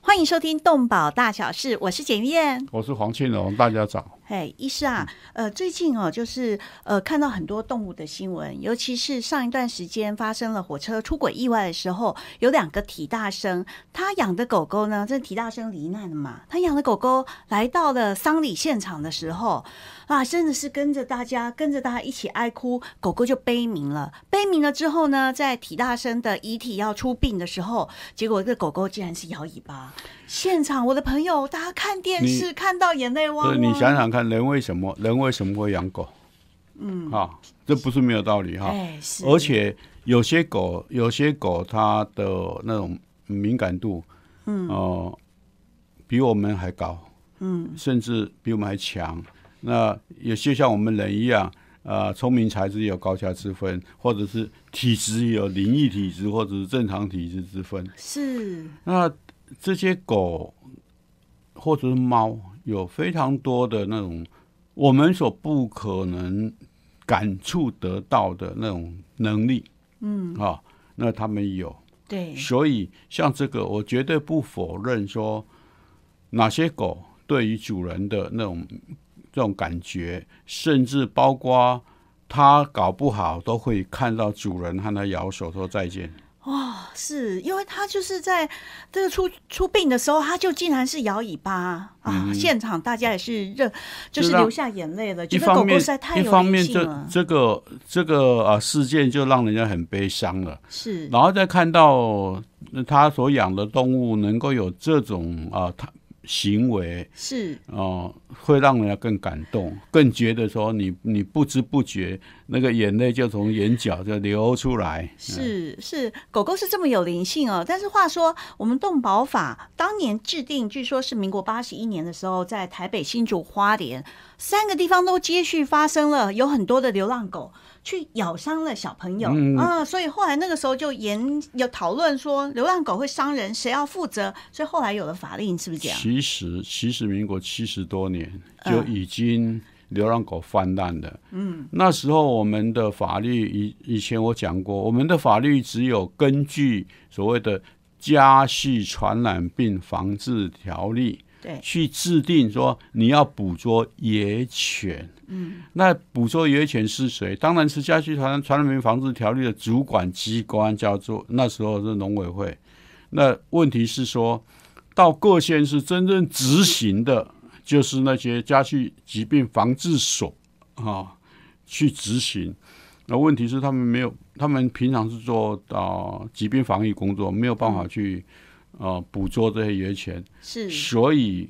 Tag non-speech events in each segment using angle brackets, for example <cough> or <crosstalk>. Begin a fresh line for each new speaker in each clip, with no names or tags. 欢迎收听《动保大小事》，我是简玉燕。
我是黄庆荣，大家早。
哎，医师啊，呃，最近哦，就是呃，看到很多动物的新闻，尤其是上一段时间发生了火车出轨意外的时候，有两个体大生，他养的狗狗呢，这体大生罹难了嘛，他养的狗狗来到了丧礼现场的时候，啊，真的是跟着大家，跟着大家一起哀哭，狗狗就悲鸣了。悲鸣了之后呢，在体大生的遗体要出殡的时候，结果这狗狗竟然是摇尾巴。现场，我的朋友，大家看电视
你
看到眼泪汪
所
汪。
以你想想看，人为什么人为什么会养狗？嗯，啊，这不是没有道理哈。
哎，是，
啊而且有些狗，有些狗它的那种敏感度，嗯，哦，比我们还高，嗯，甚至比我们还强。那也就像我们人一样，呃，聪明才智也有高下之分，或者是体质也有灵异体质或者是正常体质之分。
是
那这些狗或者是猫有非常多的那种我们所不可能感触得到的那种能力，嗯，啊，那他们有，
对，
所以像这个，我绝对不否认说哪些狗对于主人的那种这种感觉，甚至包括它搞不好都会看到主人和它摇手说再见。
哦是因为他就是在这个出出殡的时候，他就竟然是摇尾巴啊！
嗯
现场大家也是热，就是
让
流下眼泪了，觉
一
得狗
方
狗
面，
实在太
一
有
方
灵
面
性
这
了。
这个这个啊事件就让人家很悲伤了，
是
然后再看到他所养的动物能够有这种啊他行为
是，
哦、会让人家更感动，更觉得说你你不知不觉那个眼泪就从眼角就流出来。
是是，狗狗是这么有灵性哦。但是话说，我们动保法当年制定，据说是民国八十一年的时候，在台北、新竹、花莲三个地方都接续发生了有很多的流浪狗去咬伤了小朋友、
嗯
啊，所以后来那个时候就研有讨论说，流浪狗会伤人，谁要负责？所以后来有了法令，是不是这样？
其实，其实民国七十多年
嗯
就已经流浪狗泛滥了。嗯，那时候我们的法律以以前我讲过，我们的法律只有根据所谓的《家畜传染病防治条例》
对，
去制定说你要捕捉野犬。嗯，那捕捉野犬是谁？当然是《家畜传传染病防治条例》的主管机关，叫做那时候是农委会。那问题是说，到各县市真正执行的，就是那些家畜疾病防治所啊去执行。那问题是他们没有，他们平常是做到、呃疾病防疫工作，没有办法去呃捕捉这些野犬。
是
所以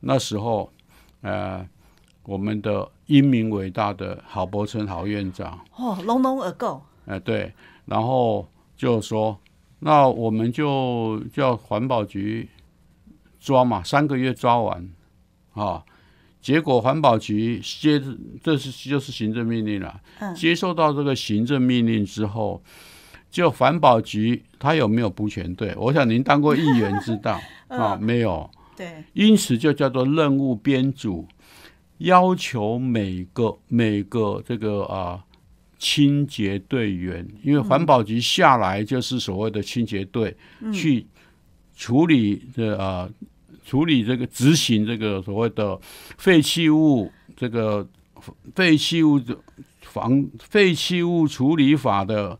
那时候，呃，我们的英明伟大的郝柏村郝院长，
哦，笼笼而购，
呃，对，然后就说，那我们就叫环保局抓嘛，三个月抓完，啊，结果环保局接这是就是行政命令了，
嗯
接受到这个行政命令之后。就环保局，他有没有补选队？我想您当过议员知道啊，没有。
对，
因此就叫做任务编组，要求每个每个这个啊、清洁队员，因为环保局下来就是所谓的清洁队、
嗯
去处理这啊、处理这个执行这个所谓的废弃物这个废弃物的防废弃物处理法的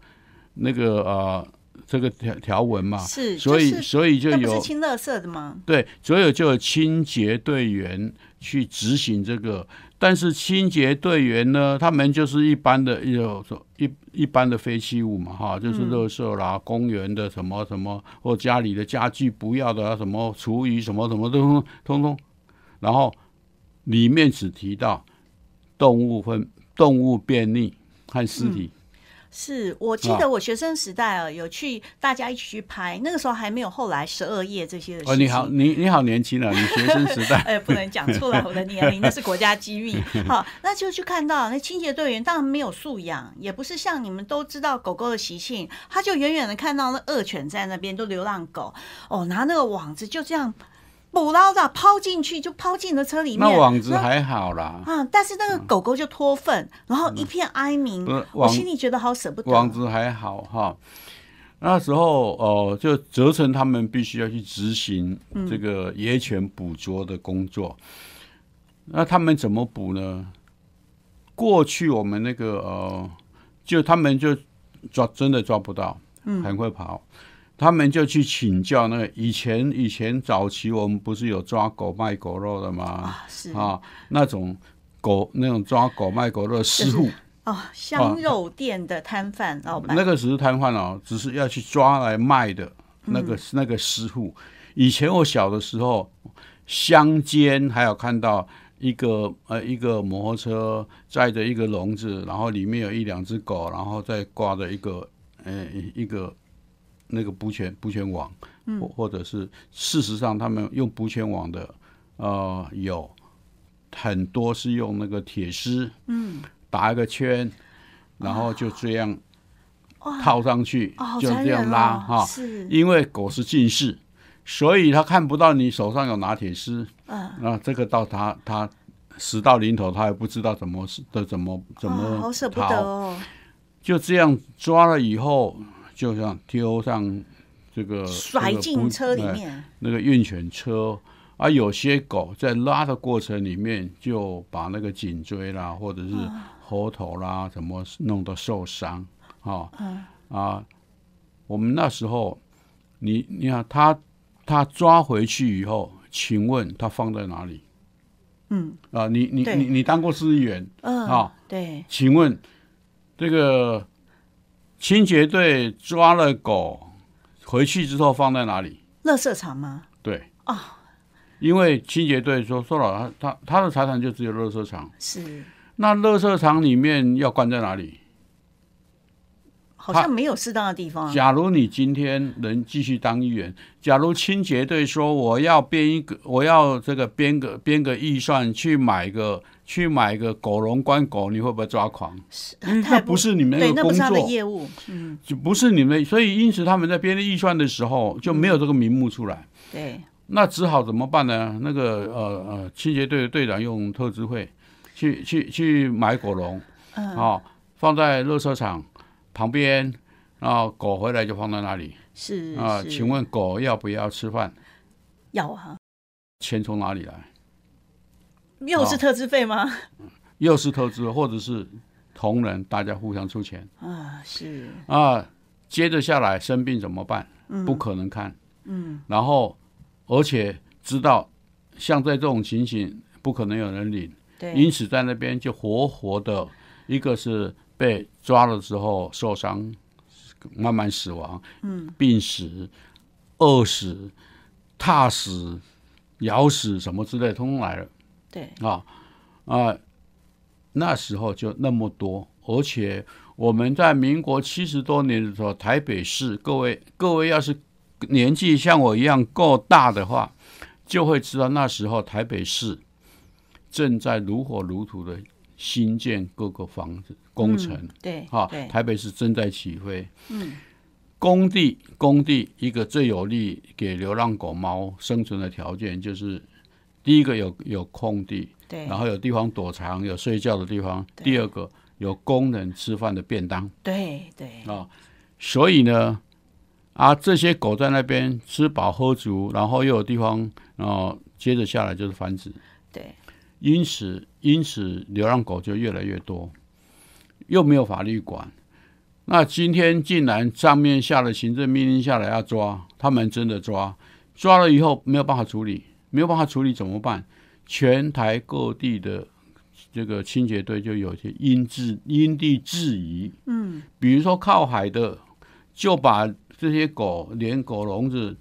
那个啊、这个条条文嘛，
是，
啊所以、
就是
所以就
那不
有
是清垃圾的吗？
对，所有就有清洁队员去执行这个。但是清洁队员呢，他们就是一般的有一一般的废弃物嘛，哈，就是
嗯
垃圾啦、公园的什么什么，或家里的家具不要的啊，什么厨余什么什么都通通通。然后里面只提到动物分动物便利和尸体，
是我记
啊
得我学生时代啊，有去大家一起去拍，那个时候还没有后来十二夜这些的事情。
哦，你好，你你好年轻啊，你学生时代，
哎，不能讲出
<laughs>
来我的年龄，那是国家机密。好，那就去看到那清洁队员，当然没有素养，也不是像你们都知道狗狗的习性，他就远远的看到那恶犬在那边，都流浪狗，哦，拿那个网子就这样。捕捞到抛进去，就抛进了车 <laughs> 里面。
那网子还好啦，
啊，但是那个狗狗就脱粪，然后一片哀鸣，
嗯不是
我
网
心里觉得好舍不得。
网子还好哈。那时候哦、呃就责成他们必须要去执行
嗯
这个野犬捕捉的工作。那他们怎么捕呢？过去我们那个呃，就他们就抓真的抓不到，
嗯
很会跑。他们就去请教那个以前以前早期我们不是有抓狗卖狗肉的吗？
啊，是啊，
啊，那种狗那种抓狗卖狗肉的师傅，
哦，香肉店的摊贩老板，
那个只是摊贩哦，只是要去抓来卖的那个、那个师傅。以前我小的时候，乡间还有看到一个呃一个摩托车载着一个笼子，然后里面有一两只狗，然后再挂着一个呃一个那个捕犬捕犬网，
嗯
或或者是事实上他们用捕犬网的呃有很多是用那个铁丝，嗯，打一个圈，然后就这样套上去，
哦，好
就
残
这样
忍
拉
哦
哈、
是，
因为狗是近视，所以它看不到你手上有拿铁丝。
嗯，
那这个到它它死到临头，它也不知道怎么的怎么怎么
啊好舍不
逃
得哦，
就这样抓了以后，就像丢上这个
甩进车里、面，
呃这个不哎那个运犬车。啊，有些狗在拉的过程里面，就把那个颈椎啦，或者是
嗯
喉头啦，怎么弄得受伤啊、
嗯
啊！我们那时候，你你看他他抓回去以后，请问他放在哪里？
嗯
啊，你你
对
你你当过司议员，
嗯，
啊
对，
请问这个清洁队抓了狗回去之后放在哪里？
乐色场吗？
对，
啊，
因为清洁队说说了，他他他的财产就只有垃圾场。
是，
那垃圾场里面要关在哪里？
好像没有适当的地方啊，
假如你今天能继续当议员，假如清洁队说我要编一个，我要这个编个编个预算去买个去买个狗笼关狗，你会不会抓狂？因为
太
那不是你们
对，那
工
不是他的
作，
业务，嗯，
就不是你们，所以因此他们在编预算的时候就
嗯
没有这个名目出来。
对，
那只好怎么办呢？那个呃呃，清洁队的队长用特支会去去去买狗笼，啊、
嗯，
放在垃圾场旁边，然后狗回来就放在那里
是
啊、
是
请问狗要不要吃饭？
要啊，
钱从哪里来？
又是
哦
特支费吗？
又是特支，或者是同仁大家互相出钱
啊，是，
啊、接着下来生病怎么办？不可能看，嗯，然后而且知道像在这种情形，不可能有人领。
对，
因此在那边就活活的，一个是被抓了之后受伤，慢慢死亡，嗯，病死、饿死、踏死、咬死什么之类，通通来了
对，
啊啊、那时候就那么多，而且我们在民国七十多年的时候，台北市各位各位要是年纪像我一样够大的话，就会知道那时候台北市正在如火如荼的新建各个房子工程。
对，
哈、
对，
台北市正在起飞。嗯，工地工地一个最有利给流浪狗猫生存的条件就是，第一个有有空地，
对，
然后有地方躲藏，有睡觉的地方；
对
第二个有工人吃饭的便当
对，对，
啊。所以呢，啊，这些狗在那边吃饱喝足，然后又有地方，然后接着下来就是繁殖。
对，
因此，因此流浪狗就越来越多，又没有法律管。那今天竟然上面下了行政命令下来要抓，他们真的抓，抓了以后没有办法处理，没有办法处理怎么办？全台各地的这个清洁队就有一些因制因地制宜，嗯，比如说靠海的，就把这些狗连狗笼子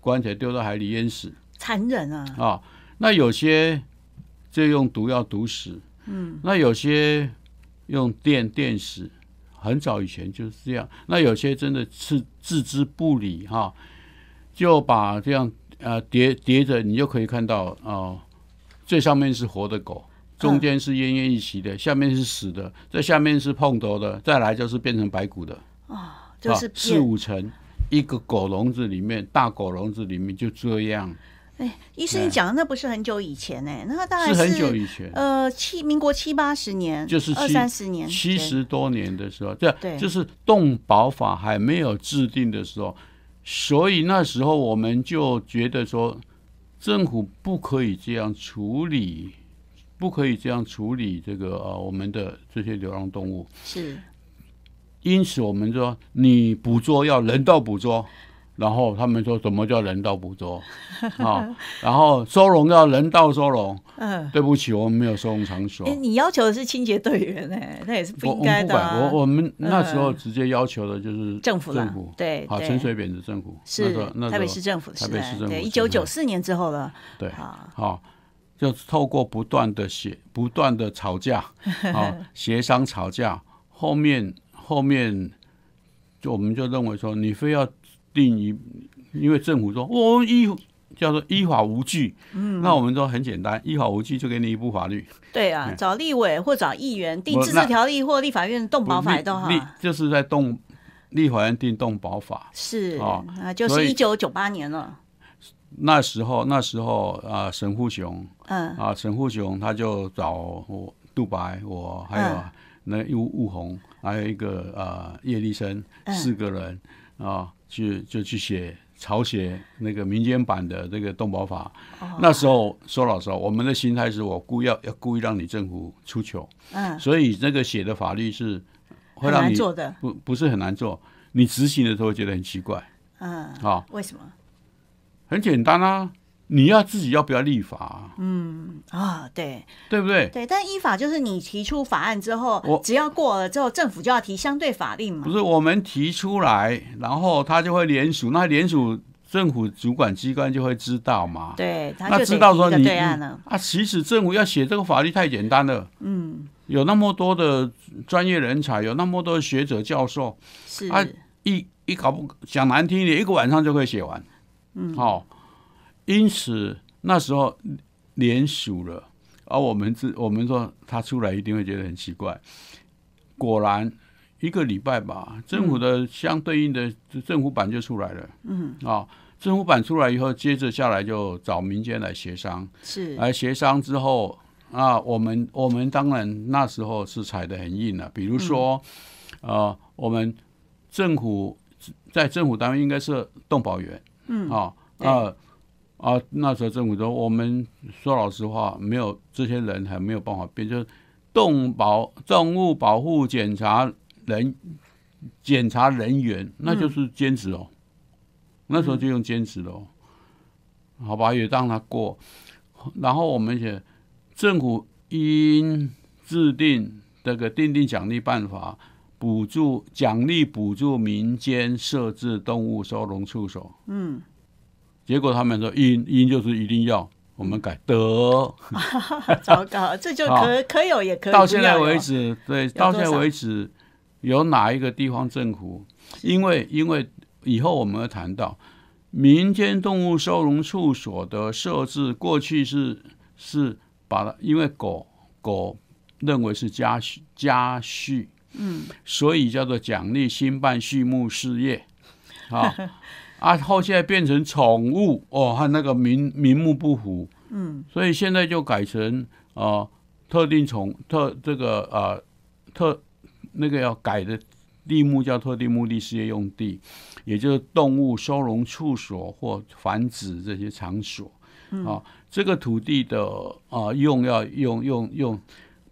关起来丢到海里淹死，
残忍啊，
啊，那有些就用毒药毒死，嗯，那有些用电电死，很早以前就是这样。那有些真的是置之不理哈、就把这样呃叠叠着，你就可以看到哦、最上面是活的狗。
嗯
中间是奄奄一息的，下面是死的，在下面是碰头的，再来就是变成白骨的，
就
啊
是
四
变
五层一个狗笼子里面，大狗笼子里面就这样，
哎，医生，
哎
你讲的那不是很久以前哎、那大概
是很久以前，
呃，七民国七八十年，
就是
二
七
三十年，
七十多年的时候，对啊，
对
就是动保法还没有制定的时候，所以那时候我们就觉得说，政府不可以这样处理，不可以这样处理这个呃我们的这些流浪动物
对，是
因此我们说你捕捉要人道捕捉。然后他们说什么叫人道捕捉啊？然后收容要人道收容。
嗯。
对不起，我们没有收容场所。
哎、你要求的是清洁队员哎、 <laughs> 那也是不
我
应该的、啊
我们不管，我我们那时候直接要求的就是
政府啦
政府
对
好，
对
陈水扁的政府那
是
时候那时候
台北市政府的时
台北
代，
市政府嗯
对，一
时
九
代
九四年之后了，
对，
啊，
好，就透过不断的协不断的吵架，
<laughs>
好协商吵架，后面后面就我们就认为说，你非要定一，因为政府说我们依叫做依法无据，嗯，那我们说很简单，依法无据就给你一部法律，
对啊，找立委或找议员定
我
自
那
治条例或立法院动保法
立
都好，啊
立就是在动立法院定动保法，
是
哦
啊，就是
所以
一九九八年了，
那时候，那时候啊、呃沈富雄
嗯，
啊、沈富雄他就找我杜白，我还有、
嗯
那吴吴红，还有一个呃叶立生，
嗯
四个人啊、去就去写草写那个民间版的这个动保法。
哦
那时候说老实话，我们的心态是我故意要要故意让你政府出糗，
嗯，
所以那个写的法律是会
很
让
难
你
做的，
不不是很难做，你执行的时候会觉得很奇怪
嗯，
啊。
为什么
很简单啊，你要自己要不要立法啊、
嗯啊？对
对不对？
对，但依法就是你提出法案之后
我，嗯
只要过了之后，政府就要提相对法令嘛
不。是我们提出来，然后他就会联署，那联署政府主管机关就会知道嘛。
对，他就
那
得
知道
提
说
一个
你
对岸了，
啊，其实政府要写这个法律太简单了。嗯，有那么多的专业人才，有那么多的学者教授，
是
啊一一搞不讲难听一点，一个晚上就可以写完。嗯，好、因此那时候联署了，而、我们自我们说他出来一定会觉得很奇怪。果然一个礼拜吧，政府的相对应的政府版就出来了。嗯，啊、政府版出来以后，接着下来就找民间来协商，
是
来协商之后啊，我们我们当然那时候是踩得很硬了、啊比如说，
嗯
呃，我们政府在政府单位应该是动保员，嗯，啊
对
啊啊，那时候政府说我们说老实话，没有这些人还没有办法变，就是动保动物保护检查人检查人
嗯
员，那就是兼职哦，那时候就用兼职了哦，
嗯
好吧，也让他过。然后我们写政府应制定这个订定奖励办法，补助奖励补助民间设置动物收容处所。嗯，结果他们说应应就是一定要，我们改得。
糟糕，这就可可有也可以
到
不
现
要
在
有
为止，对，
多少
到现在为止，有哪一个地方政府？因为因为以后我们会谈到民间动物收容处所的设置，过去是是把它，因为狗狗认为是家畜家畜，嗯，所以叫做奖励兴办畜牧事业，
<laughs>
啊啊，后现在变成宠物哦，和那个名名目不符，嗯，所以现在就改成呃特定宠特这个呃特那个要改的地目叫特定目的事业用地，也就是动物收容处所或繁殖这些场所。啊，这个土地的啊、呃用要用用用，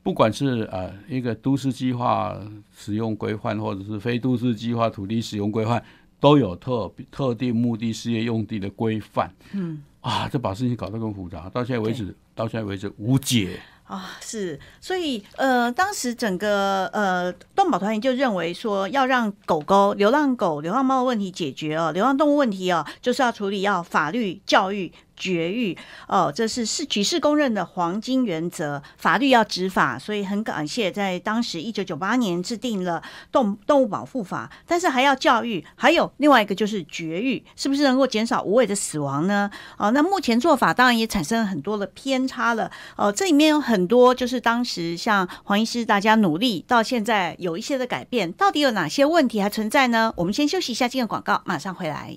不管是呃一个都市计划使用规范，或者是非都市计划土地使用规范，都有特特定目的事业用地的规范。嗯，啊，这把事情搞得更复杂，到现在为止，到现在为止无解。
啊，是，所以呃，当时整个呃动保团体就认为说，要让狗狗、流浪狗、流浪猫的问题解决哦，流浪动物问题哦，就是要处理要法律、教育、绝育哦，这是是举世公认的黄金原则，法律要执法，所以很感谢在当时一九九八年制定了动动物保护法，但是还要教育，还有另外一个就是绝育，是不是能够减少无谓的死亡呢？哦，那目前做法当然也产生了很多的偏差了。哦，这里面有很多就是当时像黄医师大家努力到现在有一些的改变，到底有哪些问题还存在呢？我们先休息一下这个广告，马上回来。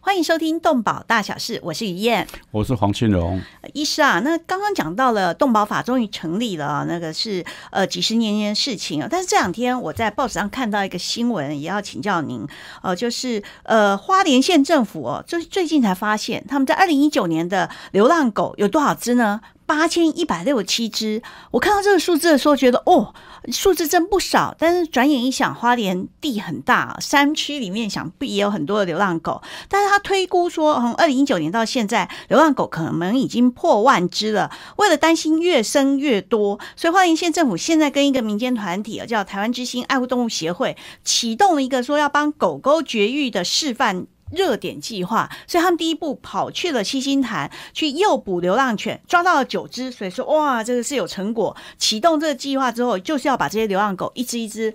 欢迎收听《动保大小事》，我是于燕。
我是黄庆荣，
呃医师啊，那刚刚讲到了动保法终于成立了啊，那个是呃几十年前的事情啊。但是这两天我在报纸上看到一个新闻，也要请教您，呃，就是呃花莲县政府哦，最最近才发现他们在二零一九年的流浪狗有多少只呢？八千一百六十七只，我看到这个数字的时候，觉得哦，数字真不少。但是转眼一想，花莲地很大，啊山区里面想必也有很多的流浪狗。但是他推估说，从二零一九年到现在，流浪狗可能已经破万只了。为了担心越生越多，所以花莲县政府现在跟一个民间团体啊，叫台湾之星爱护动物协会，启动了一个说要帮狗狗绝育的示范。热点计划，所以他们第一步跑去了七星潭去诱捕流浪犬，抓到了九只，所以说哇，这个是有成果。启动这个计划之后，就是要把这些流浪狗一只一只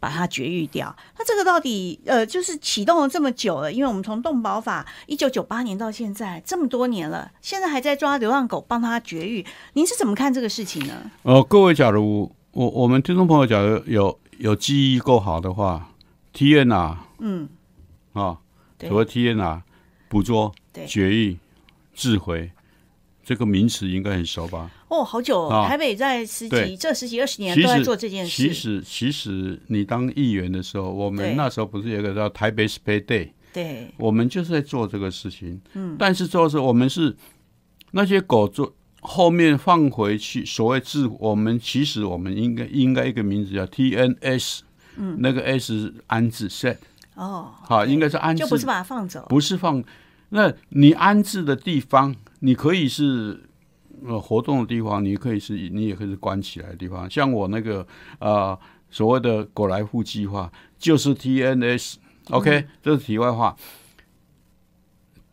把它绝育掉。那这个到底呃，就是启动了这么久了，因为我们从动保法一九九八年到现在这么多年了，现在还在抓流浪狗帮它绝育，您是怎么看这个事情呢？
呃，各位，假如我我们听众朋友假如有有记忆够好的话，T N 啊
嗯，
啊，
对
所谓 T N 啊，捕捉
对、
绝育、智回，这个名词应该很熟吧？
哦，好久、哦，
啊
台北在十几
对
这十几二十年
其
都在
实
做这件事，
其实其实你当议员的时候，我
对
们那时候不是有一个叫台北 Space Day，
对
我们就是在做这个事情。嗯，但是做的是我们是那些狗做后面放回去，所谓自我们其实我们应该应该一个名字叫 TNS，嗯，那个 S 是安置 set，
哦，
好，应该是安置，
就不是把它放走，
不是放。那你安置的地方，你可以是呃活动的地方，你可以是你也可以是关起来的地方。像我那个呃所谓的狗来户计划，就是 TNS，OK，、这是题外话。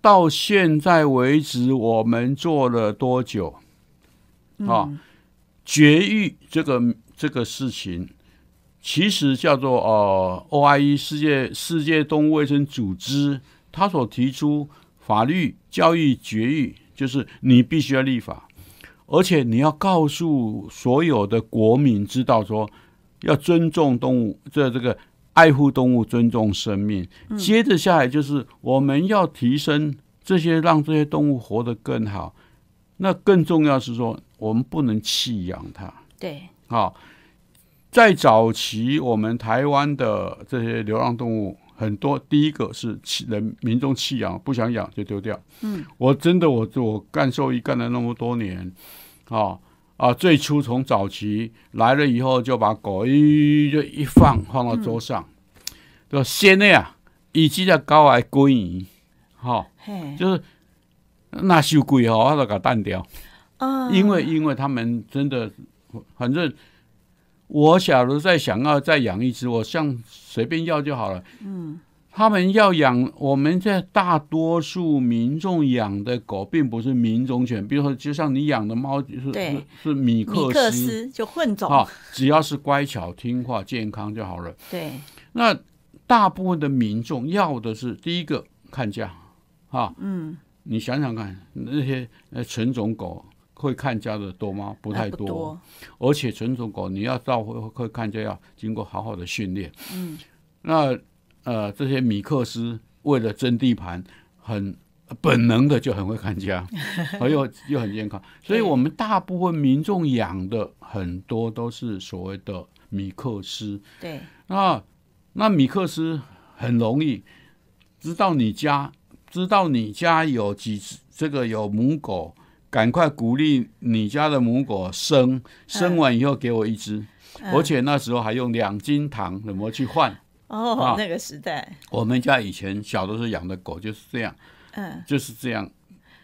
到现在为止，我们做了多久？啊，绝育这个这个事情，其实叫做呃 OIE 世界世界动物卫生组织，它所提出法律教育绝育，就是你必须要立法，而且你要告诉所有的国民知道说，要尊重动物，这这个爱护动物，尊重生命。接着下来就是我们要提升这些，让这些动物活得更好。那更重要是说，我们不能弃养它。
对，
好、啊在早期我们台湾的这些流浪动物很多，第一个是弃人民众弃养，不想养就丢掉。嗯，我真的我我干兽医干了那么多年，啊啊，最初从早期来了以后就把狗一就一放放到桌上，对吧？先的啊，以及在高矮归移，好、
嘿，
就是那修贵哦，我都给淡掉。
嗯
因为因为他们真的，反正我假如再想要再养一只，我像随便要就好了。嗯，他们要养，我们这大多数民众养的狗并不是品种犬，比如说就像你养的猫是
对
是是米
米
克
克
斯。
斯就混种，
啊，只要是乖巧、听话、健康就好了。
对，
那大部分的民众要的是第一个看价，啊，嗯，你想想看，那些呃纯种狗会看价的多吗？不
不
太
多，
而且纯种狗你要到会会看就要经过好好的训练。嗯，那呃这些米克斯为了争地盘，很呃本能的就很会看家，而又又很健康，所以我们大部分民众养的很多都是所谓的米克斯。
对，
啊那那米克斯很容易知道你家知道你家有几只这个有母狗，赶快鼓励你家的母狗生，生完以后给我一只，而且那时候还用两斤糖怎么去换。
哦
啊，
那个时代，
我们家以前小的时候养的狗就是这样，
嗯，
就是这样，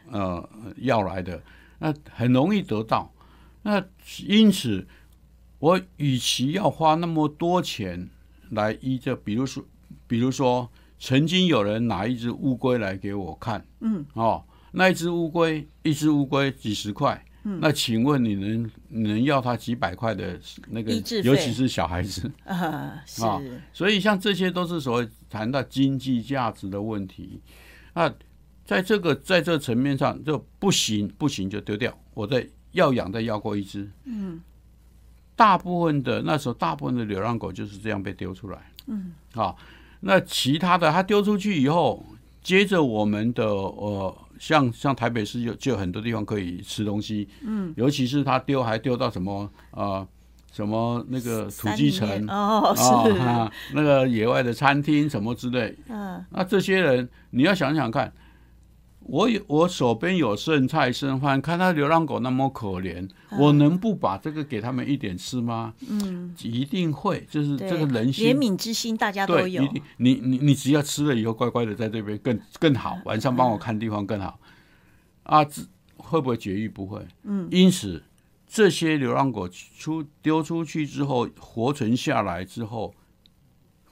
呃，要来的，那很容易得到。那因此，我与其要花那么多钱来医这，比如说，比如说，曾经有人拿一只乌龟来给我看，
嗯，
哦，那一只乌龟，一只乌龟几十块。
嗯
那请问你能你能要它几百块的那个
医治，费
尤其是小孩子，
呃，是，
啊所以像这些都是所谓谈到经济价值的问题。那在这个在这层面上，就不行不行就丢掉。我在要养再要过一只，嗯，大部分的那时候大部分的流浪狗就是这样被丢出来，嗯，啊，那其他的它丢出去以后，接着我们的呃。像像台北市有就有很多地方可以吃东西，嗯，尤其是它丢还丢到什么呃什么那个土
山
鸡
里面
城，
哦，
哦
是，
啊，那个野外的餐厅什么之类。
嗯，
那这些人，你要想想看，我有我手边有剩菜剩饭，看到流浪狗那么可怜，
嗯
我能不把这个给他们一点吃吗？嗯，一定会，就是
对
嗯这个
怜
人心。
悯之心大家都
对，
有
一，定，你你你只要吃了以后乖乖的在这边更更好，晚上帮我看地方更好，啊，这会不会绝育？不会，嗯，因此这些流浪狗出丢出去之后，活存下来之后，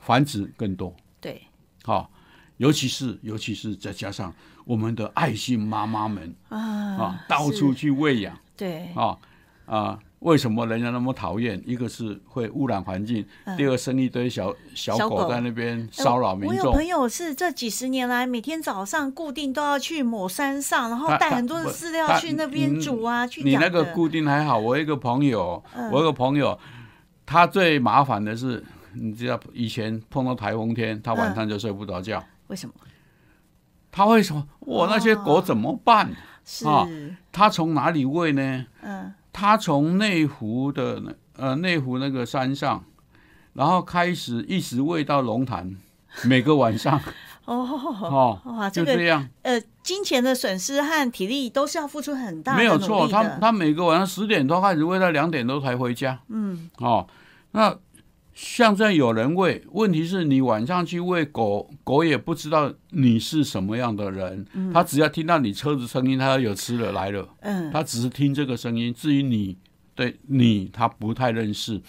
繁殖更多，
对，
好、尤其是尤其是再加上我们的爱心妈妈们啊
啊，
到处
是
去喂养，
对，
啊啊，为什么人家那么讨厌？一个是会污染环境，第二生一堆小小
嗯小狗哎
狗在那边骚扰
呃
民
我有
众
朋。友是这几十年来，每天早上固定都要去某山上，然后
他
带
他
很多的
不
饲料
他
去那边
你
煮啊，去
你
养
那个
的嗯
固定还好，我有一个朋友，我有个朋友，他最麻烦的是，你知道以前碰到台风天，他晚上就睡不着觉。
为什么？
他会说：“我那些狗怎么办？
是，
啊他从哪里喂呢？
嗯，
他从内湖的那呃内湖那个山上，然后开始一直喂到龙潭，每个晚上
哦，
哦，
哇，这
就这
个
样，
呃，金钱的损失和体力都是要付出很大的
没有
努
错。
力
他
的
他每个晚上十点多开始喂到两点多才回家，
嗯，
哦，那像这样有人喂，问题是你晚上去喂狗，狗也不知道你是什么样的人，它只要听到你车子声音，它有吃了来了。
嗯，
他只是听这个声音。至于你对你，他不太认识，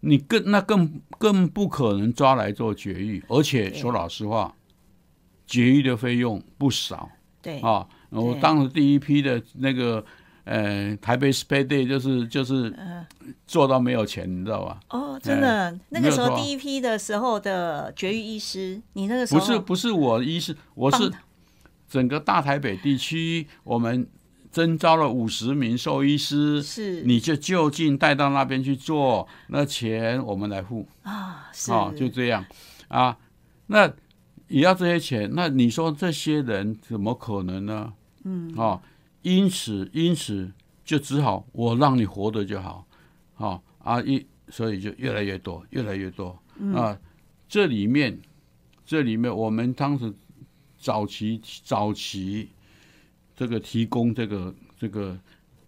你更那更更不可能抓来做绝育。而且说老实话，绝育的费用不少
对，
啊。我
对
当时第一批的那个呃台北 Space Day 就是就是
嗯
做到没有钱，你知道吧？
哦，真的，那
哎没
个
有
时候
错
第一批的时候的绝育医师，你那个时候
不是不是我医师，我是
棒
整个大台北地区我们。征招了五十名兽医师，
是
你就就近带到那边去做，那钱我们来付
啊，是
啊、就这样啊。那也要这些钱，那你说这些人怎么可能呢？嗯，啊、因此因此就只好我让你活着就好，啊啊一所以就越来越多，越来越多、啊。这里面这里面我们当时早期早期这个提供这个这个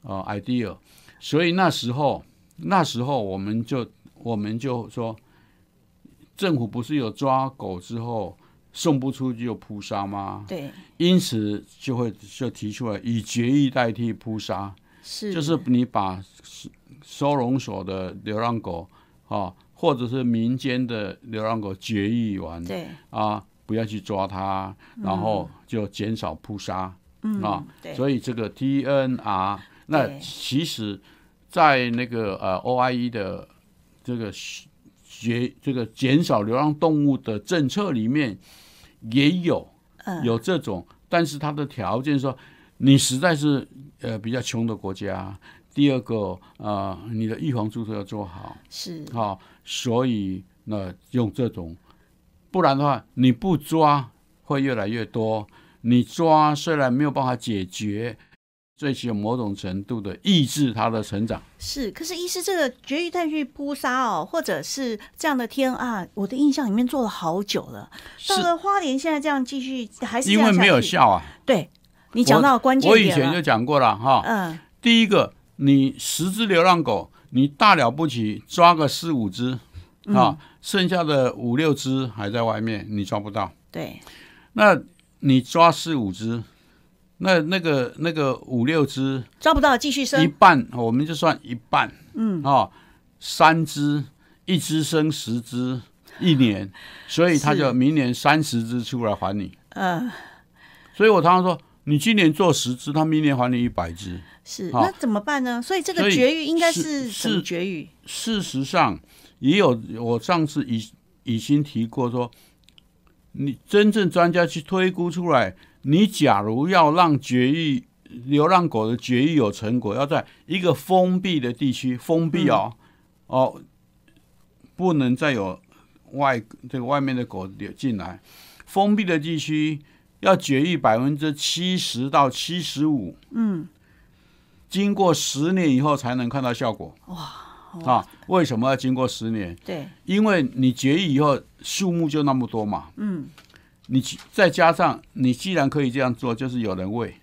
呃 idea，所以那时候那时候我们就我们就说，政府不是有抓狗之后送不出去就扑杀吗？
对，
因此就会就提出来以绝育代替扑杀，
是
就是你把收收容所的流浪狗啊，或者是民间的流浪狗绝育完，
对，
啊，不要去抓它，然后就减少扑杀、
嗯
啊。
对，
所以这个 TNR，那
对
其实，在那个呃 OIE 的这个学这个减少流浪动物的政策里面，也有
嗯
有这种，但是它的条件说，你实在是呃比较穷的国家。第二个，呃，你的预防注射要做好，
是
好、所以呢，用这种，不然的话，你不抓会越来越多。你抓虽然没有办法解决，最起有某种程度的抑制它的成长。
是，可是医师这个绝育再去扑杀哦，或者是这样的天啊，我的印象里面做了好久了。到
是
了花莲现在这样继续还是这
因
样
为没有
下去。
效啊。
对，你讲到关键
我以
点
前
了
就讲过了哈。
嗯，
第一个，你十只流浪狗，你大了不起抓个四五只啊，剩下的五六只还在外面，你抓不到。
对，
那你抓四五只，那那个那个五六只，
抓不到继续
一
生，
半哦我们就算一半，嗯啊，三只，一只生十只。一年，所以他
是
就明年三十只出来还你。
呃，
所以我常常说，你今年做十只，他明年还你一百只。
是，
好
那怎么办呢？所以这个
所以
绝育应该
是
是怎么
是
绝育？
事实上，也有我上次已已经提过说，你真正专家去推估出来，你假如要让绝育流浪狗的绝育有成果，要在一个封闭的地区，封闭哦、哦，不能再有外这个外面的狗流进来，封闭的地区要绝育百分之七十到七十五，嗯，经过十年以后才能看到效果。
哦
啊，为什么要经过十年？
对，
因为你绝育以后数目就那么多嘛，嗯，你其再加上你既然可以这样做，就是有人喂，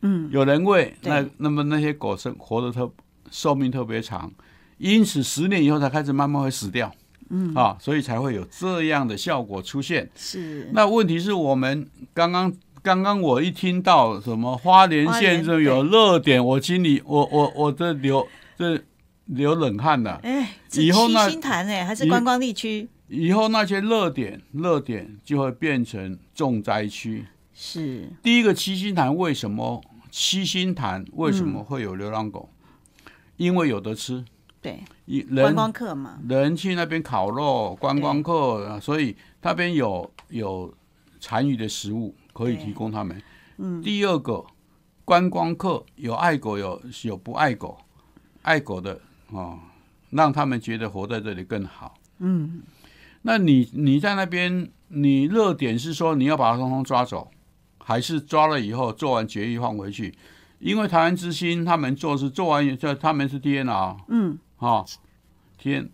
嗯，有人喂，
对
那那么那些狗生活得特寿命特别长，因此十年以后才开始慢慢会死掉，嗯啊，所以才会有这样的效果出现。
是，
那问题是我们刚刚。刚刚我一听到什么花莲
花莲
县这有
对
热点，我心里我我我这流这流冷汗了、
哎，这
以后
七
那
星潭哎，还是
以
观光地区？
以后那些热点热点就会变成重灾区。
是，
第一个七星潭为什么七星潭为什么会有流浪狗？因为有的吃，
对，
一
嗯观
人
光客嘛，
人去那边烤肉，观光客，所以那边有有残余的食物可以
对
提供他们。嗯，第二个，观光客有爱狗，有有不爱狗，爱狗的哦，让他们觉得活在这里更好。
嗯，
那你你在那边，你热点是说你要把它通通抓走，还是抓了以后做完决议放回去？因为台湾之星他们做是做完，这他们是 DNR，
嗯，
哈、天 n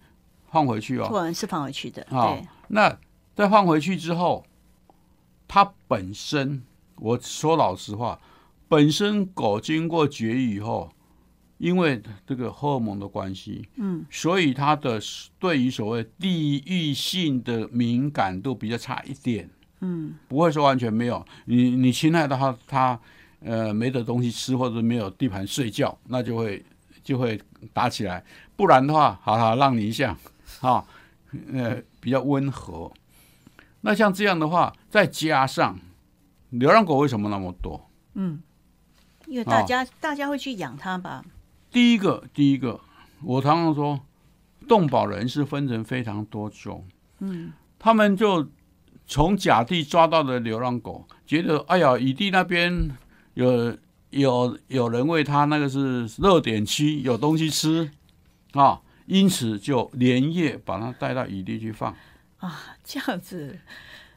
放回去
突
哦，
然是放回去的，
好
对，
那再放回去之后，它本身，我说老实话，本身狗经过绝育以后，因为这个荷尔蒙的关系，嗯，所以它的对于所谓地域性的敏感度比较差一点，嗯，不会说完全没有，你你侵害到它，它呃没得东西吃或者没有地盘睡觉，那就会就会打起来，不然的话，好好让你一下，啊，呃比较温和。那像这样的话，再加上流浪狗为什么那么多？
因为大
哦
家大家会去养它吧？
第一个，第一个，我常常说，动保人是分成非常多种。嗯，他们就从甲地抓到的流浪狗，觉得哎呀，乙地那边有有有人喂它，那个是热点区，有东西吃啊，因此就连夜把它带到乙地去放。
啊，这样子，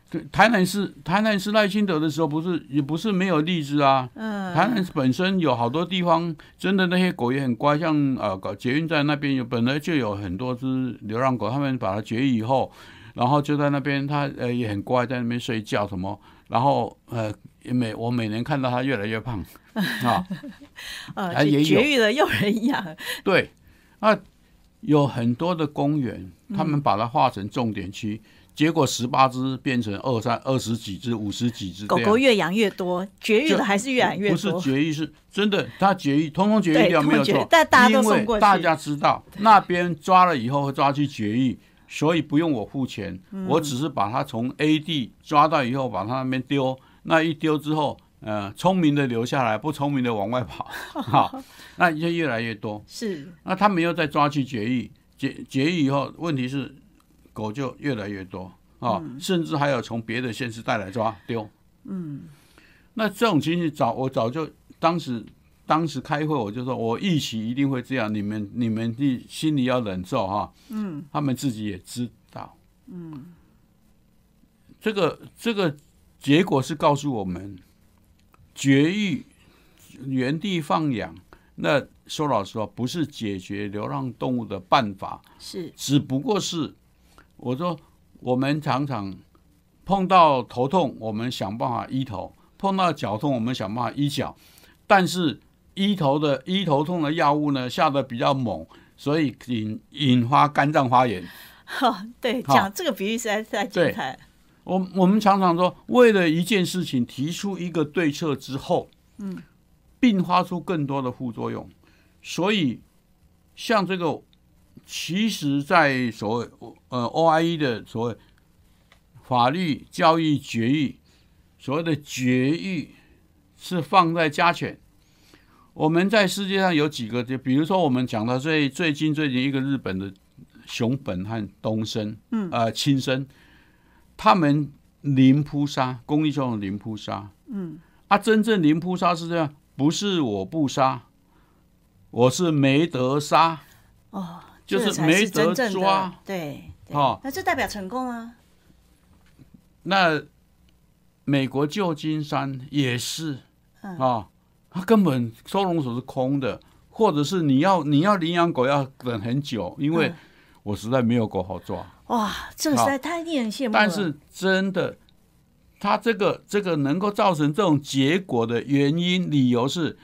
对，台南市台南市赖清德的时候，不是也不是没有例子啊。
嗯，
台南本身有好多地方，真的那些狗也很乖，像呃，搞捷运站那边有本来就有很多只流浪狗，他们把它绝育以后，然后就在那边它呃也很乖，在那边睡觉什么，然后呃也每我每年看到它越来越
<laughs>
胖啊，
呃，
哎也
就
有
绝育了又有人养，
对，啊那有很多的公园，
嗯
他们把它划成重点区，结果十八只变成二三二十几只、五十几只这
狗
样，
狗越养越多，绝育的还是越养越
不是
多。
决议，是真的，他决议通通决议
对
掉
通
没有
决
错，
但大家都送
因
过去
为大家知道那边抓了以后会抓去决议，所以不用我付钱，
嗯
我只是把它从 A 地抓到以后，把它那边丢，那一丢之后，呃，聪明的留下来，不聪明的往外跑， <laughs> 好，那就越来越多。
是，
那他们又再抓去绝育，绝绝育以后，问题是狗就越来越多啊、甚至还有从别的县市带来抓丢。嗯，那这种情形早我早就当时当时开会我就说，我预期一定会这样，你们你们自心里要忍受哈、嗯，他们自己也知道。嗯，这个这个结果是告诉我们，绝育原地放养，那说老实话，不是解决流浪动物的办法，
是
只不过是我说我们常常碰到头痛，我们想办法医头；碰到脚痛，我们想办法医脚。但是医头的医头痛的药物呢，下的比较猛，所以引引发肝脏发炎。
哈，对，
好
讲这个比喻实在是太精
对
彩了，
我我们常常说，为了一件事情提出一个对策之后，嗯，并发出更多的副作用。所以，像这个，其实，在所谓呃 OIE 的所谓法律、教育、决议，所谓的决议是放在家犬。我们在世界上有几个，就比如说我们讲到最最近最近一个日本的熊本和东森，嗯，呃，亲生，他们零扑杀，公立教育零扑杀，嗯，啊，真正零扑杀是这样，不是我不杀，我是没得杀，
哦，
就
这
是
个才
没
是真
得
正的
抓，
对，对
哦
那这代表成功啊，
那美国旧金山也是，啊，它根本收容所是空的，或者是你要你要领养狗要等很久，因为我实在没有狗好抓。
哇，这个实
好
在太令人羡慕了，
但是真的，他这个这个能够造成这种结果的原因理由是，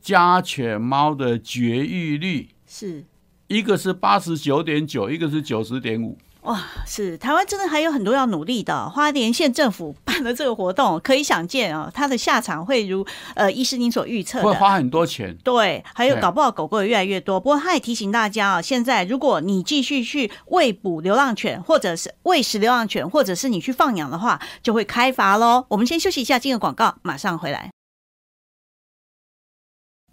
家犬猫的绝育率，
是
一个是八十九点九，一个是九十点五。
哇，是台湾真的还有很多要努力的哦、花莲县政府办了这个活动，可以想见啊、哦，它的下场会如呃医师您所预测
会
的。
花很多钱。
对，还有
对
搞不好狗狗也越来越多。不过他也提醒大家啊、现在如果你继续去喂捕流浪犬，或者是喂食流浪犬，或者是你去放养的话，就会开罚喽。我们先休息一下，进个广告，马上回来。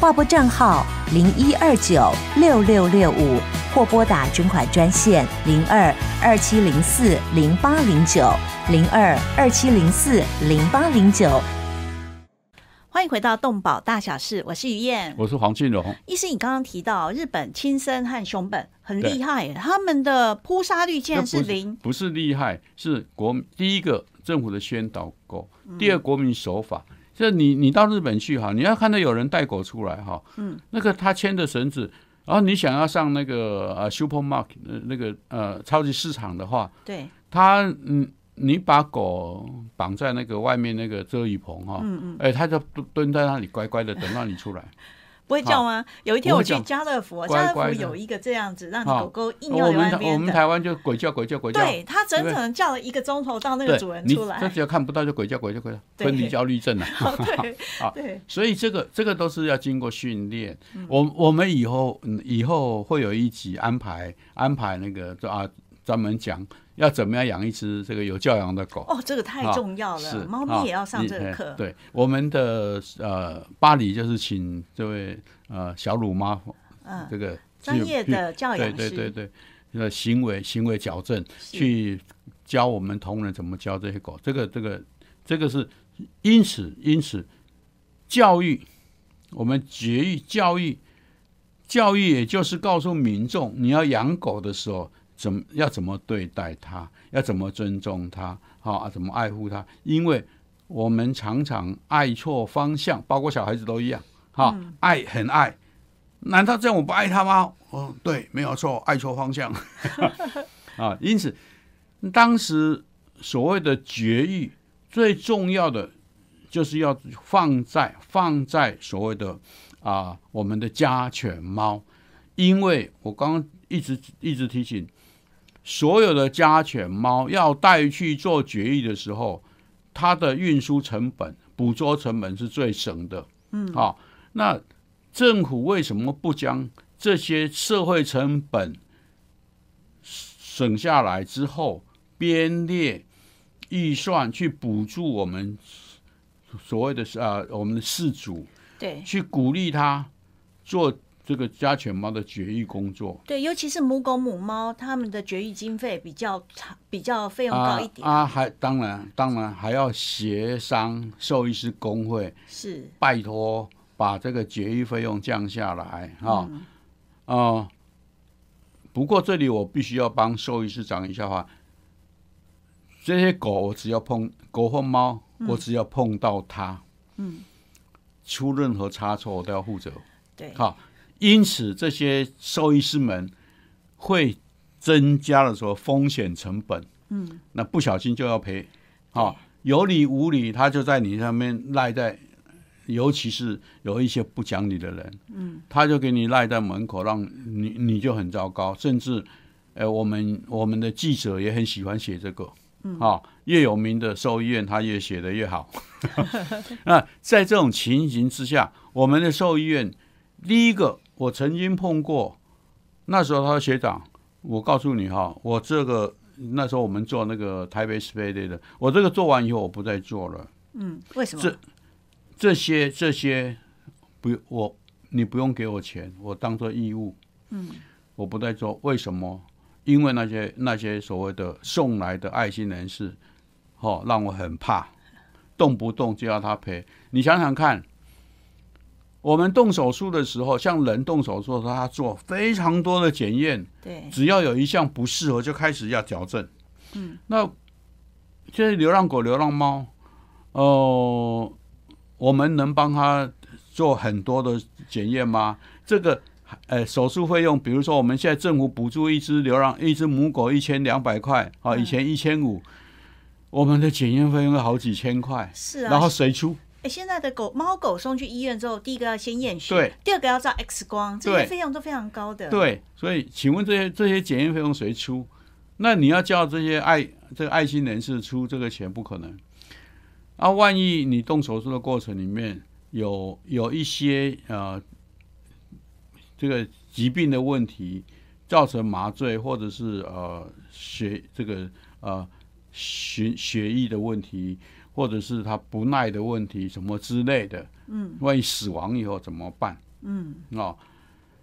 划拨账号零一二九六六六五，或拨打捐款专线零二二七零四零八零九零二二七零四零八零九。
欢迎回到动保大小事，我是于燕，
我是黄庆荣，
医师，你刚刚提到日本亲生和熊本很
对
厉害耶，他们的扑杀率竟
这
然
不
是零，
不是厉害，是国第一个政府的宣导够，第二国民守法。这你你到日本去哈，你要看到有人带狗出来哈，嗯，那个他牵着绳子，然后你想要上那个呃 supermarket 呃那个呃超级市场的话，
对，
他嗯，你把狗绑在那个外面那个遮雨棚哈、嗯嗯，哎、他就蹲蹲在那里乖乖的等到你出来。
不会叫吗？有一天
不会
我去
叫
家乐福，
乖
家乐
乖
福
的
有一个这样子，让你
好
狗狗 <laughs> 硬要
哦我
留在那
们我
边
们
的。
台湾就鬼叫鬼叫鬼叫，
对，它整
对
整叫了一个钟头，到那个
对，
主人
你
出来
这。只要看不到就鬼叫鬼叫鬼叫，
对
分离焦虑
<laughs>
症啊。
对
好
对，
所以这个这个都是要经过训练。
嗯
我我们以后嗯以后会有一集安排安排那个啊专门讲要怎么样养一只这个有教养的狗。
哦，这个太
啊
重要
是
了，猫
啊
咪也要上
你
这个
哎
课。
对，我们的呃巴黎就是请这位呃小鲁妈
嗯，
这个
专
去
业
去
的教养
对对对
师
对，呃行为行为矫正
是
去教我们同仁怎么教这些狗，这个这个这个是因此因此教育我们绝育教育教育，也就是告诉民众你要养狗的时候。怎么要怎么对待它，要怎么尊重它，好、啊，怎么爱护它？因为我们常常爱错方向，包括小孩子都一样，哈、爱很爱，难道这样我不爱他吗？哦，对，没有错，爱错方向 <laughs> 啊。因此，当时所谓的绝育，最重要的就是要放在放在所谓的啊、我们的家犬猫，因为我刚刚一直一直提醒，所有的家犬猫要带去做绝育的时候，它的运输成本、捕捉成本是最省的。嗯，好、那政府为什么不将这些社会成本省下来之后，编列预算去补助我们所谓的呃我们的饲主，
对
去鼓励他做这个家犬猫的绝育工作？
对，尤其是母狗、母猫，它们的绝育经费比较长，比较费用高一点。
啊啊，还当然当然还要协商兽医师工会，
是，
拜托把这个绝育费用降下来哈。哦、不过这里我必须要帮兽医师讲一下话，这些狗我只要碰狗或猫，我只要碰到它，嗯，出任何差错我都要负责。
对，
好，因此这些兽医师们会增加了说风险成本，嗯，那不小心就要赔，好、有理无理，他就在你上面赖在，尤其是有一些不讲理的人，嗯，他就给你赖在门口，让你你就很糟糕，甚至，呃，我们我们的记者也很喜欢写这个。嗯，好，越有名的兽医院，他越写的越 <laughs> 好。那在这种情形之下，我们的兽医院第一个，我曾经碰过，那时候他说学长，我告诉你哈，我这个那时候我们做那个台北 s p a 的，我这个做完以后我不再做了，
嗯，为什么？
这这些这些不我你不用给我钱，我当做义务，嗯，我不再做，为什么？因为那些那些所谓的送来的爱心人士，哦，让我很怕，动不动就要他赔。你想想看，我们动手术的时候，像人动手术的时候，他做非常多的检验，
对，
只要有一项不适合，就开始要矫正。嗯，那这些流浪狗、流浪猫，哦、我们能帮他做很多的检验吗？这个。呃，手术费用，比如说我们现在政府补助一只流浪一只母狗一千两百块，啊，
嗯
以前一千五，我们的检验费用要好几千块，
是啊。
然后谁出？
哎，现在的狗猫狗送去医院之后，第一个要先验血，
对，
第二个要照 X 光，这些
对
费用都非常高的。，
对，所以请问这些这些检验费用谁出？那你要叫这些爱这个爱心人士出这个钱不可能。啊，万一你动手术的过程里面有有一些呃这个疾病的问题，造成麻醉或者是呃血这个呃血血液的问题，或者是他不耐的问题什么之类的，嗯，万一死亡以后怎么办？嗯，哦，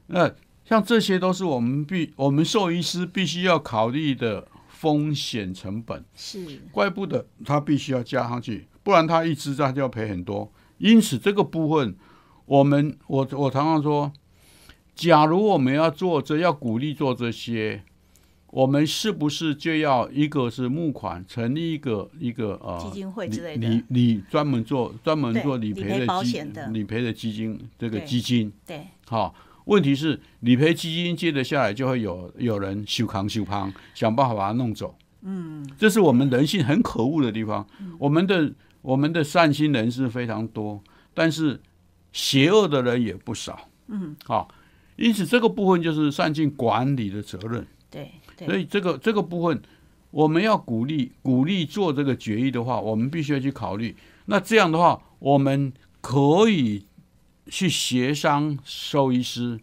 那像这些都是我们必我们兽医师必须要考虑的风险成本，
是，
怪不得他必须要加上去，不然他一只他就要赔很多。因此这个部分，我们我我常常说，假如我们要做这要鼓励做这些，我们是不是就要一个是募款，成立一个一个呃
基金会之类的
理理理专门做专门
对
做
理
理
赔
赔的
保
基
险的
理赔的基金这个
对
基金。
对，
好、问题是理赔基金接得下来，就会有有人修扛修扛，想办法把它弄走。嗯，这是我们人性很可恶的地方。我们的我们的善心人士非常多，但是邪恶的人也不少。嗯，好、因此这个部分就是善尽管理的责任。
对，对，
所以这个这个部分，我们要鼓励鼓励做这个决议的话，我们必须要去考虑。那这样的话，我们可以去协商兽医师，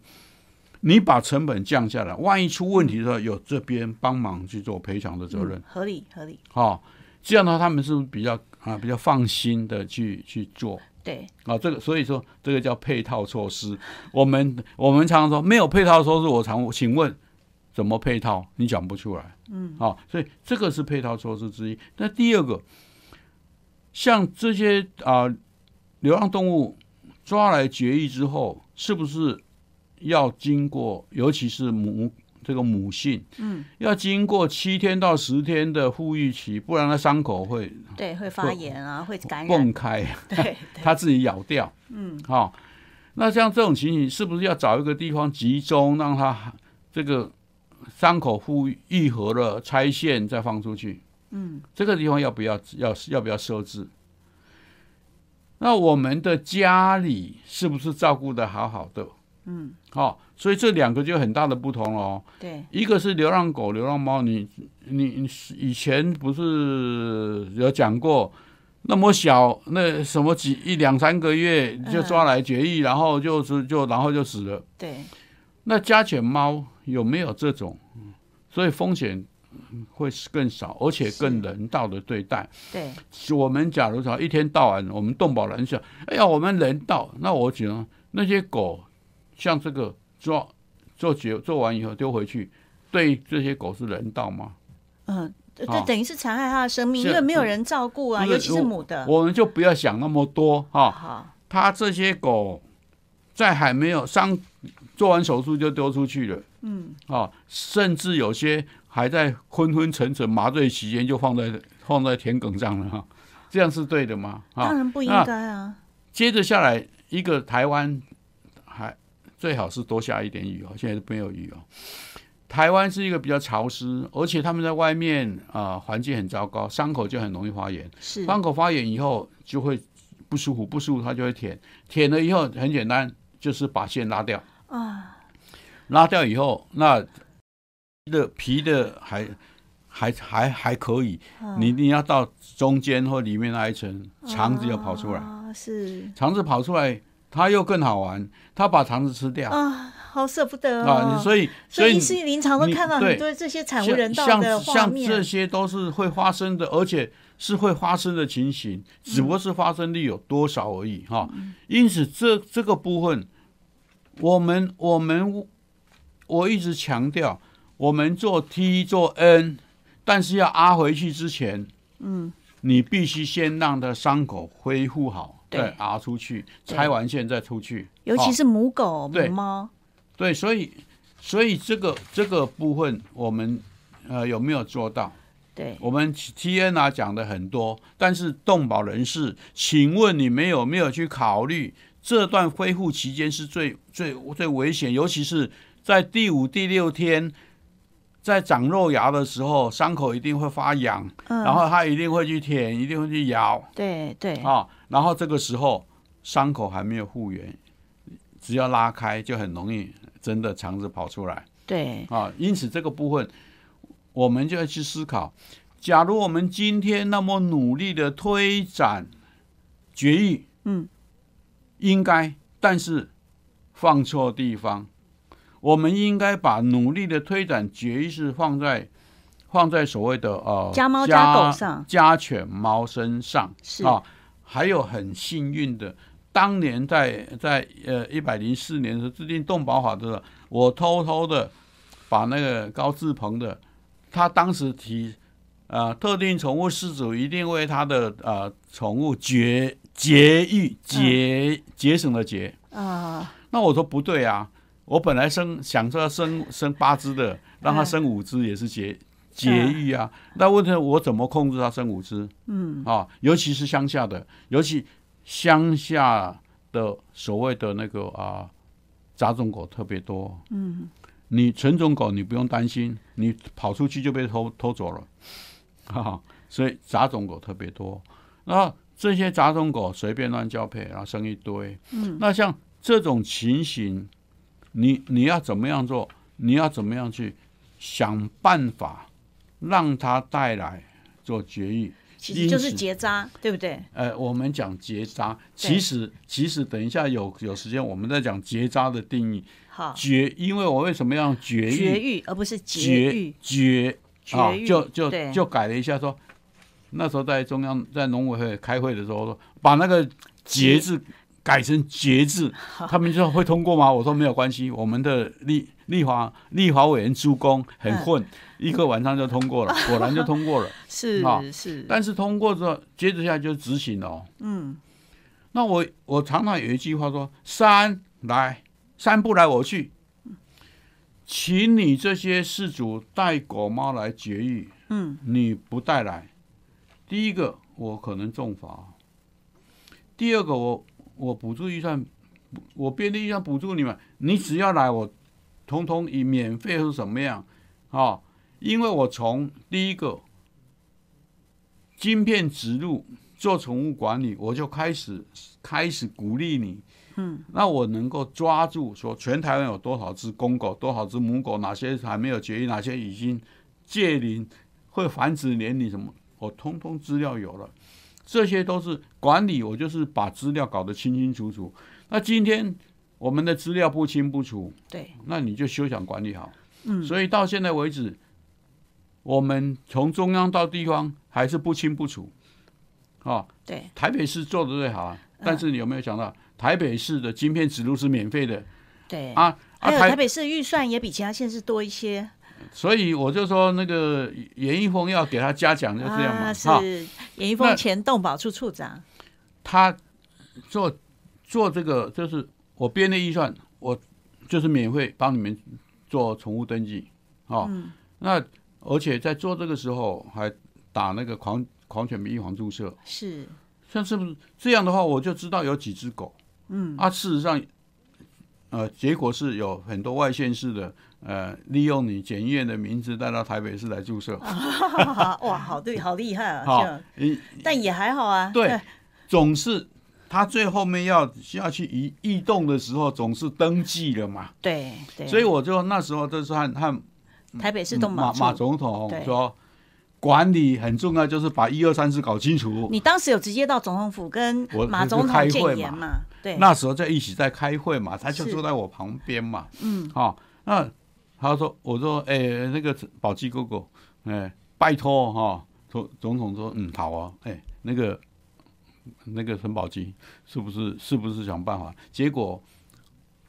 你把成本降下来。万一出问题的时候，有这边帮忙去做赔偿的责任
嗯，合理合理，
好、这样的话，他们是不是比较啊比较放心的去去做？
对，
啊，这个所以说这个叫配套措施。我们我们常常说没有配套措施，我常请问怎么配套？你讲不出来。嗯，好、所以这个是配套措施之一。那第二个，像这些啊、流浪动物抓来绝育之后，是不是要经过，尤其是母这个母性，嗯，要经过七天到十天的护育期，不然它伤口会
对，会发炎啊，会感染，
蹦开。啊 <laughs>
对，
它自己咬掉。嗯，好、那像这种情形，是不是要找一个地方集中，让它这个伤口复愈合了，拆线再放出去？嗯，这个地方要不要要要不要设置？那我们的家里是不是照顾的好好的？嗯，好、所以这两个就有很大的不同了哦。
对，
一个是流浪狗、流浪猫，你你你以前不是有讲过，那么小，那什么几一两三个月就抓来绝育，然后就是就然后就死了。
对，
那家犬猫有没有这种？所以风险会是更少，而且更人道的对待。
对，
我们假如说一天到晚我们动保人想，哎呀，我们人道，那我觉得那些狗像这个做做绝做完以后丢回去，对这些狗是人道吗？
嗯，这
哦
等于是残害它的生命，
是
因为没有人照顾啊，
不是
尤其是母的。
我们啊就不要想那么多哈、
好，
它这些狗在还没有伤做完手术就丢出去了，嗯，啊，甚至有些还在昏昏沉沉麻醉期间就放在放在田埂上了哈、这样是对的吗？
当
啊，
然不应
那
该啊。
接着下来一个台湾还最好是多下一点雨哦，现在都没有雨哦。台湾是一个比较潮湿，而且他们在外面啊、环境很糟糕，伤口就很容易发炎。
是，
伤口发炎以后就会不舒服，不舒服它就会舔，舔了以后很简单，就是把线拉掉，
啊，
拉掉以后那的皮的还还还还可以，你你要到中间或里面那一层肠子要跑出来，
啊，是
肠子跑出来它又更好玩，它把肠子吃掉
啊，好舍不得
啊，
哦。
所以
所
所
以
以
医师临床都
你
看到很
对
多这些惨无人
像
道的
像
画
像这
面。
些都是会发生的，而且是会发生的情
嗯
形，只不过是发生率有多少而已哈。因此这这个部分，我们我们我一直强调，我们做 T 做 N，但是要 R 回去之前，嗯，你必须先让它伤口恢复好，
对
再 R 出去，
对
拆完线再出去，
尤其
哦
是母狗、母
对
猫，
对，所以所以这个这个部分我们呃有没有做到？
对，
我们 T N R 讲的很多，但是动保人士，请问你们有没有去考虑这段恢复期间是最最最危险，尤其是在第五、第六天，在长肉芽的时候，伤口一定会发痒，
嗯，
然后它一定会去舔，一定会去咬
对对
啊，然后这个时候伤口还没有复原，只要拉开就很容易真的肠子跑出来。
对，
啊，因此这个部分我们就要去思考：假如我们今天那么努力的推展绝育，
嗯，
应该，但是放错地方，我们应该把努力的推展绝育是放在放在所谓的呃
家猫家狗上
家犬猫身上
是
啊，还有很幸运的。当年在在呃一百零四年的时候制定动保法的时候，我偷偷的把那个高志鹏的，他当时提，呃，特定宠物饲主一定为他的呃宠物节节育节节省的节。
啊，
那我说不对啊，我本来生想说要生生八只的，让它生五只也是节节育啊。那问题是我怎么控制它生五只？嗯，啊，尤其是乡下的，尤其乡下的所谓的那个啊杂种狗特别多。嗯，你纯种狗你不用担心，你跑出去就被偷偷走了，哈、哈。所以杂种狗特别多。那这些杂种狗随便乱交配，然后生一堆。那像这种情形，你你要怎么样做？你要怎么样去想办法让它带来做绝育？
其实就是
因此
结扎，对不对？
呃，我们讲结扎，
对
其实其实等一下有有时间我们再讲结扎的定义。
好，
绝，因为我为什么要绝育？
绝育而不是绝
绝
育，
绝啊
绝育，
就就
对
就改了一下说，那时候在中央在农委会开会的时候说，把那个“节”字改成“节”字，他们就说会通过吗？我说没有关系，我们的立立法立法委员朱工很混，
嗯
一个晚上就通过了，果然就通过了。
是
啊
是，
但是通过之后，接着下来就执行了、哦。嗯，那我我常常有一句话说：“三来，三不来我去。”请你这些事主带狗猫来绝育，
嗯，
你不带来，第一个我可能重罚，第二个我我补助预算，我便利预算补助你们，你只要来我通通以免费或怎么样啊、因为我从第一个晶片植入做宠物管理，我就开始开始鼓励你。嗯，那我能够抓住说全台湾有多少只公狗，多少只母狗，哪些还没有绝育，哪些已经届龄会繁殖年龄什么，我通通资料有了。这些都是管理，我就是把资料搞得清清楚楚。那今天我们的资料不清不楚，
对，
那你就休想管理好。
嗯
所以到现在为止，我们从中央到地方还是不清不楚。啊，
对，
台北市做的最好啊，
嗯
但是你有没有想到，台北市的晶片指路是免费的
对。
啊啊
还有
台
台北市的预算也比其他县市多一些，
所以我就说那个严一峰要给他嘉奖，就这样嘛
啊，
哈、
是严一
那
峰前动保处处长，
他做做这个就是我编的预算，我就是免费帮你们做宠物登记啊、哦那而且在做这个时候还打那个狂狂犬病预防注射，
是
像是不是这样的话，我就知道有几只狗。嗯，啊，事实上，呃，结果是有很多外县市的，呃，利用你检验的名字带到台北市来注射。
哇， <laughs> 好对，好厉害啊！
好、
这样
你
但也还好啊。
对，总是他最后面要要去移异动的时候，总是登记了嘛。
<laughs> 对对，
所以我就那时候就是和和
台北市动
马
保
马
处，
总统
对
说，管理很重要，就是把一二三四搞清楚。
你当时有直接到总统府跟
我
马
就
总
开
统
会
建言
嘛
嘛？对，
那时候在一起在开会嘛，他就是坐在我旁边嘛，
嗯，
好、那他说，我说，哎、那个宝鸡哥哥，哎、拜托哈、总总统说，嗯，好啊，哎、那个那个陈宝鸡是不是是不是想办法？结果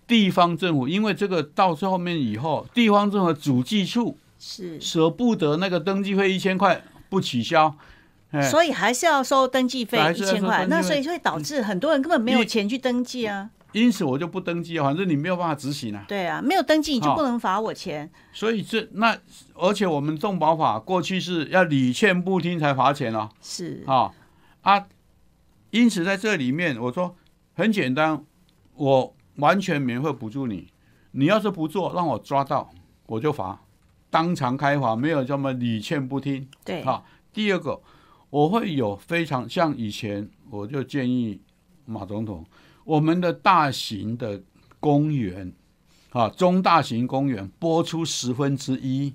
地方政府因为这个到最后面以后，地方政府主计处
是，
舍不得那个登记费一千块不取消，哎、
所以还是要收登记费嗯
还
一
是要收
千块，
登记
那
费
所以会导致很多人根本没
因
有
为
钱去登记啊。
因此我就不登记啊，反正你没有办法执行啊。
对啊，没有登记你就
好
不能罚我钱。
所以这那，而且我们动保法过去是要屡劝不听才罚钱哦，
是，
啊啊，因此在这里面我说很简单，我完全免费补助你，你要是不做让我抓到，我就罚，当场开罚，没有这么屡劝不听。
对，
好、第二个我会有非常像以前，我就建议马总统，我们的大型的公园啊，中大型公园拨出十分之一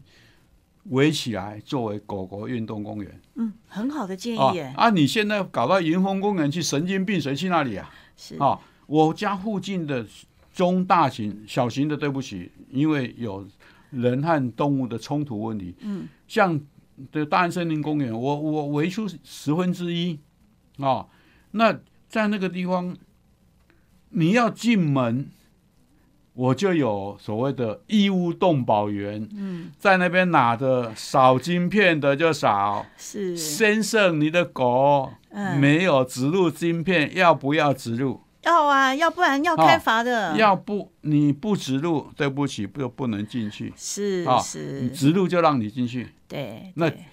围起来作为狗狗运动公园
嗯，很好的建
啊
议耶，
啊！你现在搞到云峰公园去，神经病谁去那里啊？
是
啊，我家附近的中大型、小型的，对不起，因为有人和动物的冲突问题。嗯，像的大安森林公园，我我围出十分之一啊，那在那个地方，你要进门。我就有所谓的义务动保员，嗯，在那边拿着扫晶片的就扫，
是，
先生，你的狗
嗯
没有植入晶片，要不要植入？
要啊，要不然要
好
开罚的，
哦要不你不植入，对不起，不不能进去。
是
啊你
是，
植入就让你进去，
对，
那
对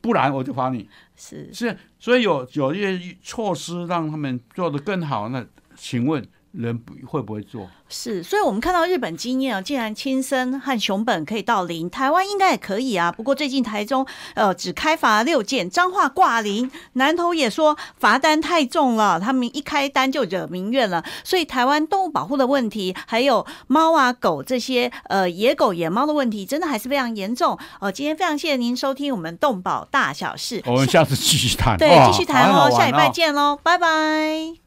不然我就罚你。
是
是，所以有有一些措施让他们做得更好。那请问人不会不会做？
是，所以我们看到日本经验啊，竟然亲生和熊本可以到零，台湾应该也可以啊。不过最近台中呃只开罚六件，彰化挂零，南投也说罚单太重了，他们一开单就惹民怨了。所以台湾动物保护的问题，还有猫啊狗这些呃野狗野猫的问题，真的还是非常严重。呃，今天非常谢谢您收听我们动保大小事，
我们下次继续谈。
呃对
哇
继续谈
好好
哦，
玩
下礼拜
哦
见喽，拜拜。